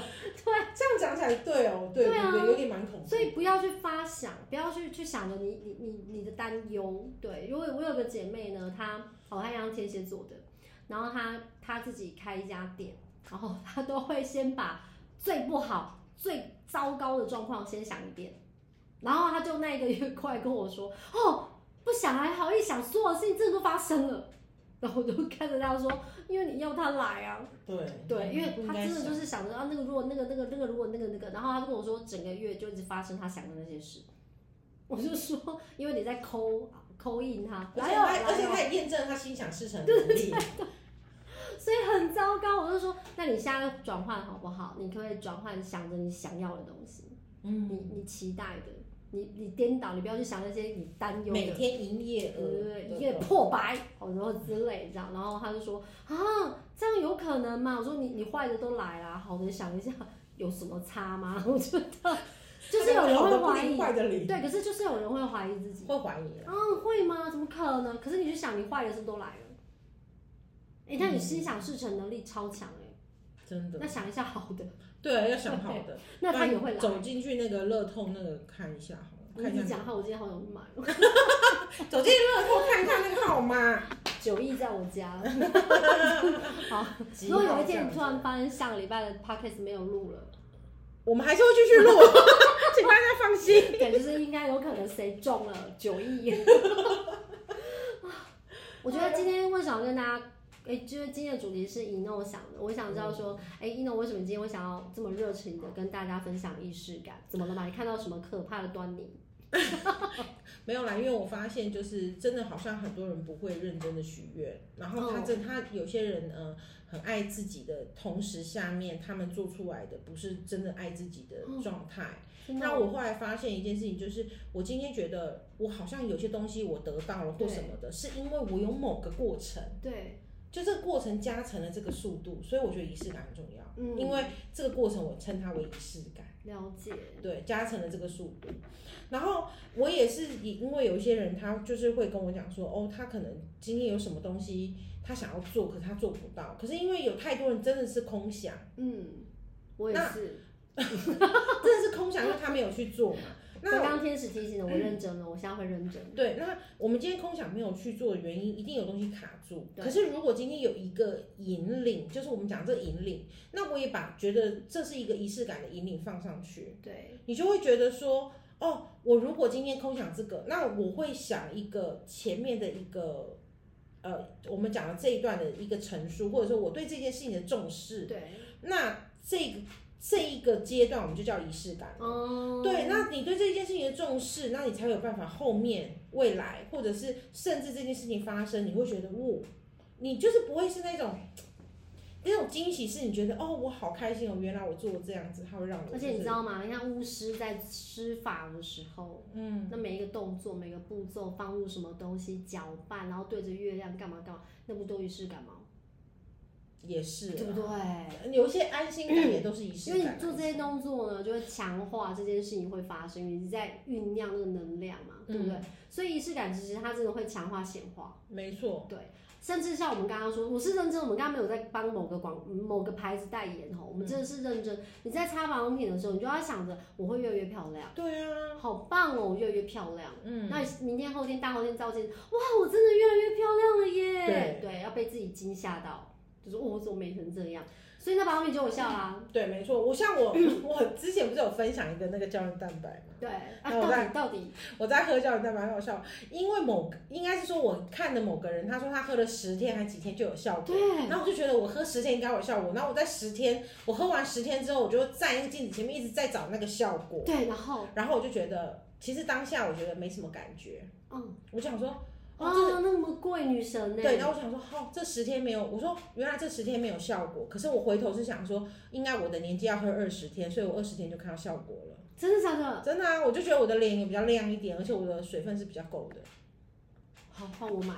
Speaker 1: 这样讲起来对哦，对
Speaker 2: 对啊
Speaker 1: 对，有点蛮恐怖，
Speaker 2: 所以不要去发想，不要去去想着你你你你的担忧。对，因为我有个姐妹呢，她哦她一样天蝎座的，然后她她自己开一家店，然后她都会先把最不好、最糟糕的状况先想一遍，然后她就那一个月过来跟我说，哦，不想还好，一想所有事情真的都发生了。然后我就看着她说，因为你要她来啊，
Speaker 1: 对
Speaker 2: 对，因为
Speaker 1: 嗯不应
Speaker 2: 他
Speaker 1: 该
Speaker 2: 真的
Speaker 1: 想
Speaker 2: 就是想着啊，那个如果那个那个那个如果那个那个，然后他就跟我说整个月就一直发生他想的那些事，我就说因为你在抠抠印他，
Speaker 1: 而且
Speaker 2: 来哦
Speaker 1: 他，而且
Speaker 2: 来哦，
Speaker 1: 他也验证了他心想事成的能力。
Speaker 2: 所以很糟糕。我就说，那你现在转换好不好？你可不可以转换想着你想要的东西，
Speaker 1: 嗯，
Speaker 2: 你你期待的，你你颠倒，你不要去想那些你担忧
Speaker 1: 每
Speaker 2: 的。
Speaker 1: 天营业
Speaker 2: 对
Speaker 1: 额，
Speaker 2: 对对，一个破百，哦，然后之类这样，然后他就说啊，这样有可能吗？我说你你坏的都来啦，好的想一下有什么差吗？ 我觉得就是有人会怀疑，
Speaker 1: 坏的理，
Speaker 2: 对，可是就是有人会怀疑自己，
Speaker 1: 会怀疑啊。
Speaker 2: 啊，会吗？怎么可能？可是你去想，你坏的是不是都来了？哎，那你心想事成能力超强哎，
Speaker 1: 真的
Speaker 2: 那，想一下好的，
Speaker 1: 对，要想好的，
Speaker 2: 那他也会来。
Speaker 1: 走进去那个乐透那个看一下好了，
Speaker 2: 你
Speaker 1: 看一下
Speaker 2: 讲哈，我今天好想买哦，
Speaker 1: 走进去乐透看一看那个号码。
Speaker 2: 九亿在我 家。好，
Speaker 1: 几
Speaker 2: 如果有
Speaker 1: 号
Speaker 2: 一天你
Speaker 1: 这
Speaker 2: 突
Speaker 1: 样
Speaker 2: 然
Speaker 1: 子，
Speaker 2: 发现上个礼拜的 podcast 没有录了，
Speaker 1: 我们还是会继续录， 请大家放心。
Speaker 2: 对，就是应该有可能谁中了九亿。 我觉得今天为什么要跟大家，哎、就是今天的主题是一诺想的，我想知道说，哎、一诺为什么今天会想要这么热情的跟大家分享仪式感？怎么了嘛？你看到什么可怕的端倪？
Speaker 1: 没有啦，因为我发现就是真的好像很多人不会认真的许愿，然后他
Speaker 2: 哦
Speaker 1: 真他有些人呃很爱自己的同时，下面他们做出来的不是真的爱自己的
Speaker 2: 嗯
Speaker 1: 状态。
Speaker 2: 真的哦
Speaker 1: 那我后来发现一件事情，就是我今天觉得我好像有些东西我得到了或
Speaker 2: 对
Speaker 1: 什么的，是因为我有某个过程，
Speaker 2: 对，
Speaker 1: 就这个过程加成了这个速度，所以我觉得仪式感很重要。
Speaker 2: 嗯，
Speaker 1: 因为这个过程我称它啊为仪式感，
Speaker 2: 了解，
Speaker 1: 对，加成了这个速度。然后我也是以因为有一些人他就是会跟我讲说，哦，他可能今天有什么东西他想要做，可是他做不到，可是因为有太多人真的是空想。
Speaker 2: 嗯，我也
Speaker 1: 那
Speaker 2: 是。
Speaker 1: 真的是空想，因为他没有去做嘛。那
Speaker 2: 刚刚天使提醒了我认真了，我现在会认真。
Speaker 1: 对，那我们今天空想没有去做的原因，一定有东西卡住。
Speaker 2: 对
Speaker 1: 可是如果今天有一个引领，就是我们讲这个引领，那我也把觉得这是一个仪式感的引领放上去，
Speaker 2: 对，
Speaker 1: 你就会觉得说，哦，我如果今天空想这个，那我会想一个前面的一个。呃，我们讲的这一段的一个陈述，或者说我对这件事情的重视，
Speaker 2: 对，
Speaker 1: 那这个这一个阶段我们就叫仪式感。
Speaker 2: 哦，
Speaker 1: 对，那你对这件事情的重视，那你才有办法后面未来，或者是甚至这件事情发生，你会觉得，哦，你就是不会是那种那种惊喜，是你觉得哦，我好开心哦，原来我做这样子，它会让我、
Speaker 2: 而且你知，道吗？你看巫师在施法的时候，
Speaker 1: 嗯，
Speaker 2: 那每一个动作、每个步骤放入什么东西、搅拌，然后对着月亮干嘛干嘛，那不都仪式感吗？
Speaker 1: 也是哦
Speaker 2: 对不
Speaker 1: 啦，
Speaker 2: 对？
Speaker 1: 哎有一些安心感也都是仪式
Speaker 2: 啊因
Speaker 1: 感啊
Speaker 2: 为
Speaker 1: 来
Speaker 2: 你
Speaker 1: 的。
Speaker 2: 做这些动作呢，就会强化这件事情会发生，你在酝酿那个能量嘛，对不对？所以仪式感其实它真的会强化显化，
Speaker 1: 没错，
Speaker 2: 甚至像我们刚刚说，我是认真，我们刚刚没有在帮某个广某个牌子代言哦，我们真的是认真。你在擦保养品的时候，你就要想着我会越来越漂亮，
Speaker 1: 对啊，
Speaker 2: 好棒哦，我越来越漂亮。
Speaker 1: 嗯，
Speaker 2: 那明天、后天、大后天、照镜，哇，我真的越来越漂亮了耶！
Speaker 1: 对
Speaker 2: 要被自己惊吓到，就是哦，我怎么美成这样？所以那保养品就有啊效啦。
Speaker 1: 嗯对，没错。我像 我，我之前不是有分享一个那个胶原蛋白吗？
Speaker 2: 对，啊，
Speaker 1: 嗯那我
Speaker 2: 到底
Speaker 1: 再
Speaker 2: 到底，
Speaker 1: 我在喝胶原蛋白很好笑，因为某个应该是说我看的某个人，他说他喝了十天还几天就有效果，
Speaker 2: 对，
Speaker 1: 然后我就觉得我喝十天应该有效果，然后我在十天，我喝完十天之后，我就在那个镜子前面一直在找那个效果，
Speaker 2: 对，然后，
Speaker 1: 然后我就觉得其实当下我觉得没什么感觉，
Speaker 2: 嗯，
Speaker 1: 我想说。
Speaker 2: 哇，
Speaker 1: 哦，这
Speaker 2: 啊那么贵女神呢？
Speaker 1: 对，然后我想说，哦，这十天没有，我说原来这十天没有效果，可是我回头是想说，应该我的年纪要喝二十天，所以我二十天就看到效果了。
Speaker 2: 真的假的？
Speaker 1: 真的啊，我就觉得我的脸也比较亮一点，而且我的水分是比较够的。
Speaker 2: 好，换 我买。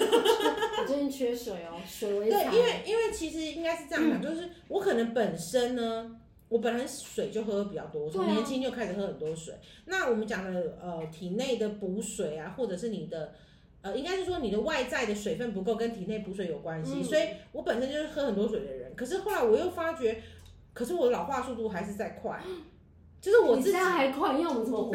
Speaker 2: 我最近缺水哦，水为财
Speaker 1: 对，。因为因为其实应该是这样
Speaker 2: 嗯
Speaker 1: 讲，就是我可能本身呢，我本来水就喝比较多，从
Speaker 2: 对啊
Speaker 1: 年轻就开始喝很多水。那我们讲的呃，体内的补水啊，或者是你的。呃，应该是说你的外在的水分不够，跟体内补水有关系，
Speaker 2: 嗯
Speaker 1: 所以我本身就是喝很多水的人。可是后来我又发觉，可是我老化速度还是在快，就是我
Speaker 2: 你
Speaker 1: 自
Speaker 2: 这
Speaker 1: 己
Speaker 2: 样还快，要我们怎么活？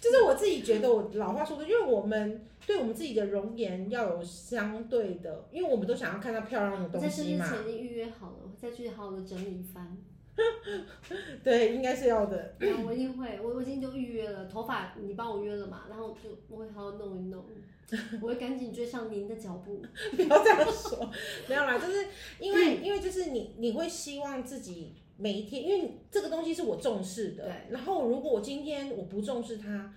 Speaker 1: 就是我自己觉得我老话说的，因为我们对我们自己的容颜要有相对的，因为我们都想要看到漂亮的
Speaker 2: 我在
Speaker 1: 东
Speaker 2: 生
Speaker 1: 西
Speaker 2: 日
Speaker 1: 嘛，
Speaker 2: 前已经预约好了，我再去好好的整理一番。
Speaker 1: 对，应该是要的。
Speaker 2: 对啊我一定会，我我已经都预约了，头发你帮我约了嘛，然后就我会好好弄一弄，我会赶紧追上您的脚步。
Speaker 1: 不要这样说，没有啦，就是因为、
Speaker 2: 嗯
Speaker 1: 因为就是你你会希望自己每一天，因为这个东西是我重视的
Speaker 2: 对，
Speaker 1: 然后如果我今天我不重视它，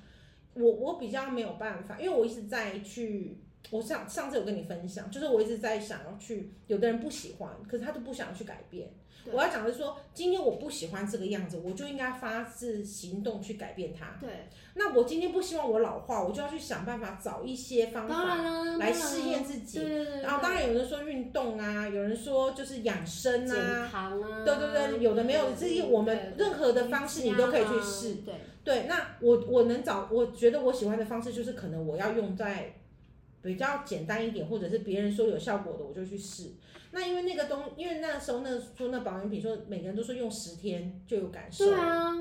Speaker 1: 我我比较没有办法，因为我一直在去。我上上次有跟你分享，就是我一直在想要去，有的人不喜欢，可是他都不想去改变。
Speaker 2: 对
Speaker 1: 我要讲的是说，今天我不喜欢这个样子，我就应该发自行动去改变它。
Speaker 2: 对，
Speaker 1: 那我今天不希望我老化，我就要去想办法找一些方
Speaker 2: 当
Speaker 1: 法
Speaker 2: 然啦，
Speaker 1: 来
Speaker 2: 当然
Speaker 1: 试
Speaker 2: 啦
Speaker 1: 验自己。
Speaker 2: 对对对对，
Speaker 1: 然后当然有人说运动啊，有人说就是养生啊，
Speaker 2: 减糖啊，
Speaker 1: 对对对，有的没有的，这些我们任何的方式你都可以去试。。
Speaker 2: 啊对，
Speaker 1: 对，那我我能找，我觉得我喜欢的方式就是可能我要用在比较简单一点，或者是别人说有效果的，我就去试。那因为那个东，因为那时候那说那保养品说每个人都说用十天就有感受
Speaker 2: 对，啊，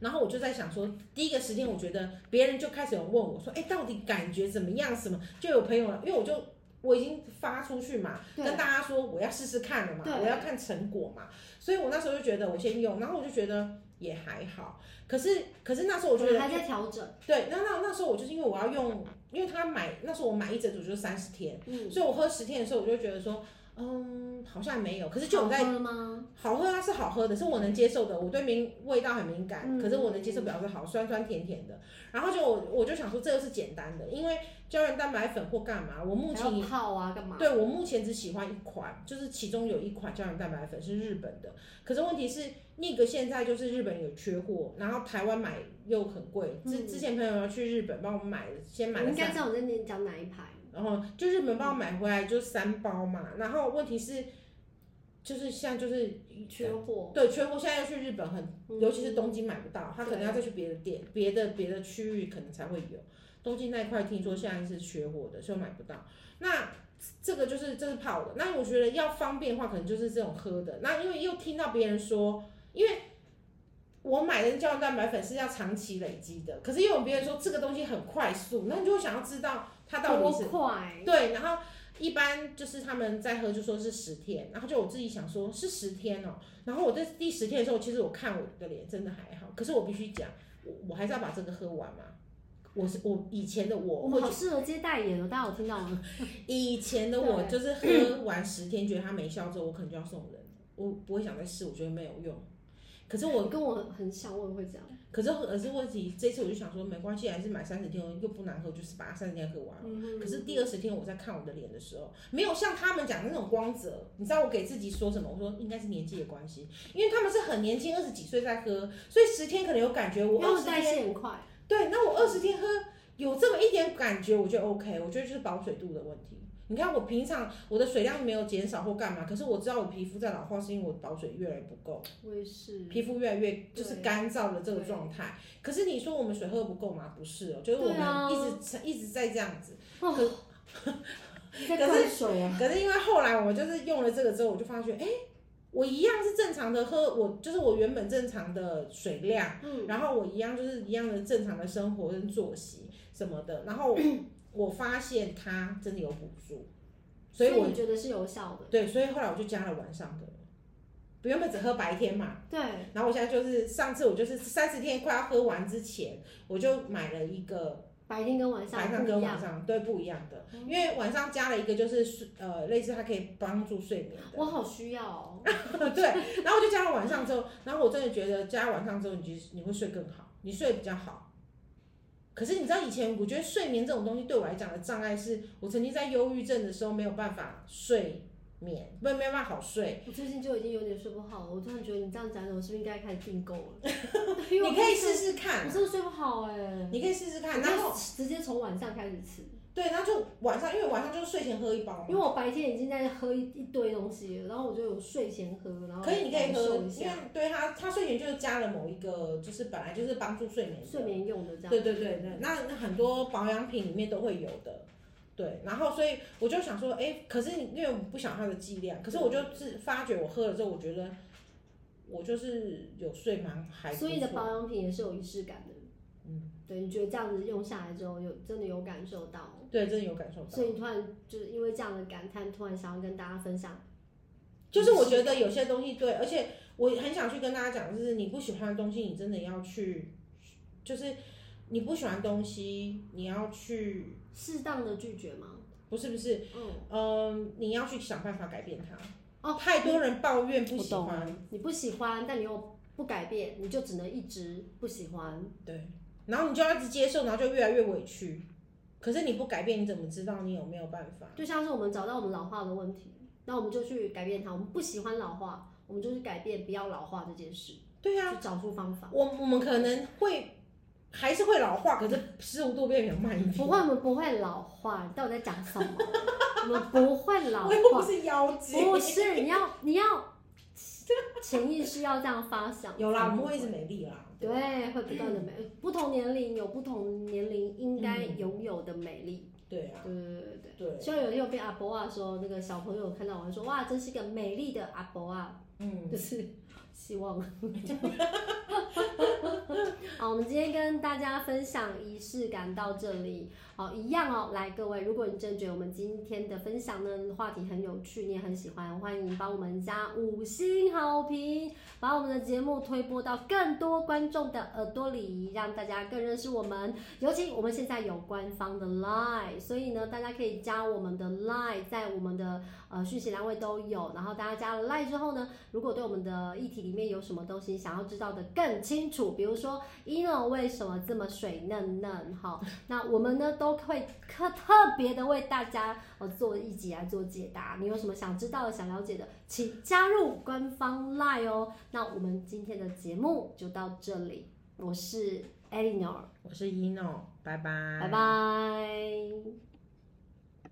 Speaker 1: 然后我就在想说，第一个十天，我觉得别人就开始有问我说，哎，到底感觉怎么样？什么？就有朋友，因为我就我已经发出去嘛，
Speaker 2: 对
Speaker 1: 跟大家说我要试试看了嘛
Speaker 2: 对，
Speaker 1: 我要看成果嘛，所以我那时候就觉得我先用，然后我就觉得也还好。可是可是那时候我觉
Speaker 2: 我
Speaker 1: 得
Speaker 2: 还在调整，
Speaker 1: 对，那那那时候我就是因为我要用，因为他买那时候我买一整组就是三十天，
Speaker 2: 嗯，
Speaker 1: 所以我喝十天的时候我就觉得说，嗯，好像没有，可是就有在
Speaker 2: 好喝吗？
Speaker 1: 好喝啊，是好喝的，是我能接受的。我对敏味道很敏感，
Speaker 2: 嗯
Speaker 1: 可是我能接受表示好，酸酸甜甜的。然后就我我就想说，这个是简单的，因为胶原蛋白粉或干嘛，我目
Speaker 2: 还
Speaker 1: 前
Speaker 2: 要泡啊，干嘛？
Speaker 1: 对我目前只喜欢一款，就是其中有一款胶原蛋白粉是日本的，可是问题是那个现在就是日本有缺货，然后台湾买又很贵。之
Speaker 2: 嗯
Speaker 1: 之前朋友要去日本帮我买，先买
Speaker 2: 我
Speaker 1: 了
Speaker 2: 应
Speaker 1: 三
Speaker 2: 该知道我在念讲哪一排。
Speaker 1: 然后就日本帮我买回来就三包嘛，然后问题是，就是像就是
Speaker 2: 缺货，
Speaker 1: 对缺货，现在要去日本很，
Speaker 2: 嗯
Speaker 1: 尤其是东京买不到，他可能
Speaker 2: 对
Speaker 1: 要再去别的店、别的别的区域可能才会有。东京那一块听说现在是缺货的，所以买不到。那这个就是这是泡的，那我觉得要方便的话，可能就是这种喝的。那因为又听到别人说，因为。我买的胶原蛋白粉是要长期累积的，可是又有别人说这个东西很快速，那你就会想要知道它到底
Speaker 2: 多
Speaker 1: 是
Speaker 2: 快？
Speaker 1: 对，然后一般就是他们在喝就说是十天，然后就我自己想说是十天哦，然后我在第十天的时候，其实我看我的脸真的还好，可是我必须讲，我我还是要把这个喝完嘛。我是我以前的我，
Speaker 2: 我
Speaker 1: 会
Speaker 2: 们
Speaker 1: 觉
Speaker 2: 好适合接代言哦，大家有听到吗？
Speaker 1: 以前的我就
Speaker 2: 对
Speaker 1: 是喝完十天觉得它没效之后，我可能就要送人，我不会想再试，我觉得没有用。可是我，
Speaker 2: 跟我很像，我也会这样。
Speaker 1: 可是可是问题，这次我就想说没关系，还是买三十天又不难喝，就是把它三十天喝完。
Speaker 2: 嗯
Speaker 1: 可是第二十天我在看我的脸的时候，没有像他们讲的那种光泽。你知道我给自己说什么？我说应该是年纪的关系，因为他们是很年轻，二十几岁在喝，所以十天可能有感觉。我
Speaker 2: 因
Speaker 1: 二
Speaker 2: 为
Speaker 1: 十
Speaker 2: 代
Speaker 1: 天，
Speaker 2: 谢很快，
Speaker 1: 对，那我二十天喝有这么一点感觉，我就 OK，我觉得就是保水度的问题。你看我平常我的水量没有减少或干嘛，可是我知道我皮肤在老化，是因为我保水越来越不够，
Speaker 2: 我也是，
Speaker 1: 皮肤越来越就是
Speaker 2: 对
Speaker 1: 干燥的这个状态。可是你说我们水喝不够吗？不是哦，就是我
Speaker 2: 对
Speaker 1: 们
Speaker 2: 啊
Speaker 1: 一直、一直在这样子。
Speaker 2: 哦， 你在灌水啊，
Speaker 1: 可是因为后来我就是用了这个之后，我就发觉，哎、我一样是正常的喝，我就是我原本正常的水量。
Speaker 2: 嗯，
Speaker 1: 然后我一样就是一样的正常的生活跟作息什么的，然 后我发现它真的有补助，所以我
Speaker 2: 你觉得是有效的，
Speaker 1: 对，所以后来我就加了晚上的，原本只喝白天嘛，
Speaker 2: 对，
Speaker 1: 然后我现在就是上次我就是三十天快要喝完之前，我就买了一个
Speaker 2: 白天跟晚
Speaker 1: 晚
Speaker 2: 上
Speaker 1: 上
Speaker 2: 不一
Speaker 1: 跟
Speaker 2: 样。嗯
Speaker 1: 晚上对不一样的，因为晚上加了一个就是睡呃类似它可以帮助睡 眠的，
Speaker 2: 我好需要哦，
Speaker 1: 对，然后我就加了晚上之后，然后我真的觉得加了晚上之后，你就你会睡更好，你睡得比较好。可是你知道以前我觉得睡眠这种东西对我来讲的障碍是，我曾经在忧郁症的时候没有办法睡眠，不没有办法好睡。
Speaker 2: 我最近就已经有点睡不好了。我突然觉得你这样讲，我是不是应该开始订购了？
Speaker 1: 你
Speaker 2: 因为我
Speaker 1: 可以
Speaker 2: 真的
Speaker 1: 试试看
Speaker 2: 我，真的睡不好哎、
Speaker 1: 你可以试试看，
Speaker 2: 我
Speaker 1: 然
Speaker 2: 就
Speaker 1: 后
Speaker 2: 直接从晚上开始吃，
Speaker 1: 对，然后就晚上，因为晚上就是睡前喝一包啊
Speaker 2: 因为
Speaker 1: 嘛，
Speaker 2: 我白天已经在喝一一堆东西了，然后我就有睡前喝，然后
Speaker 1: 可以你可以
Speaker 2: 感
Speaker 1: 喝，
Speaker 2: 受一
Speaker 1: 因为
Speaker 2: 下
Speaker 1: 对它它睡前就是加了某一个，就是本来就是帮助睡眠的
Speaker 2: 睡眠用的这样。嗯
Speaker 1: 对对对对，那那很多保养品里面都会有的。对，然后所以我就想说，哎，可是因为我不想它的剂量，可是我就是发觉我喝了之后，我觉得我就是有睡蛮还不
Speaker 2: 所以你的
Speaker 1: 错。
Speaker 2: 保养品也是有仪式感的。
Speaker 1: 嗯，
Speaker 2: 对，你觉得这样子用下来之后，有真的有感受到，
Speaker 1: 对，真的有感受到
Speaker 2: 所。以你突然就是因为这样的感叹，突然想要跟大家分享。
Speaker 1: 就是我觉得有些东西对，而且我很想去跟大家讲，就是你不喜欢的东西，你真的要去，就是你不喜欢的东西，你要去，
Speaker 2: 适当的拒绝吗？
Speaker 1: 不是不是，
Speaker 2: 嗯，
Speaker 1: 嗯，你要去想办法改变它。
Speaker 2: 哦
Speaker 1: 太多人抱怨不
Speaker 2: 我
Speaker 1: 喜
Speaker 2: 懂
Speaker 1: 欢，
Speaker 2: 你不喜欢，但你又不改变，你就只能一直不喜欢。
Speaker 1: 对，然后你就要一直接受，然后就越来越委屈。可是你不改变，你怎么知道你有没有办法？
Speaker 2: 就像是我们找到我们老化的问题，那我们就去改变它。我们不喜欢老化，我们就去改变不要老化这件事，
Speaker 1: 对啊，
Speaker 2: 去找出方 法。
Speaker 1: 我我们可能会还是会老化，可是十五度变比较慢一点。
Speaker 2: 不会，我们不会老化。你到底在讲 什么？我们不会老
Speaker 1: 我又不
Speaker 2: 化，
Speaker 1: 是妖 精。
Speaker 2: 不是你要你要潜意识要这样发想。
Speaker 1: 有啦，我们会嗯一直美丽啦。对，
Speaker 2: 对，会不断的美，不同年龄有不同年龄应该
Speaker 1: 嗯
Speaker 2: 拥有的美丽。
Speaker 1: 对啊，
Speaker 2: 对对对对
Speaker 1: 对，
Speaker 2: 希望有一天我变阿伯啊，说那个小朋友看到我会说哇，真是个美丽的阿伯啊，
Speaker 1: 嗯，
Speaker 2: 就是希望。 好，我们今天跟大家分享仪式感到这里。好，一样哦，来各位，如果你真觉得我们今天的分享呢话题很有趣，你也很喜欢，欢迎帮我们加五星好评，把我们的节目推播到更多观众的耳朵里，让大家更认识我们。尤其我们现在有官方的 Line，所以呢，大家可以加我们的 Line，在我们的呃讯息栏位都有。然后大家加了 Line 之后呢，如果对我们的议题里面有什么东西想要知道的更清楚，比如说 ino 为什么这么水嫩嫩哈， 那我们呢都会特特别的为大家呃做一集来做解答。你有什么想知道的、想了解的，请加入官方 Line 哦。那我们今天的节目就到这里，我是 Eleanor。
Speaker 1: 我是一诺，拜拜，
Speaker 2: 拜拜。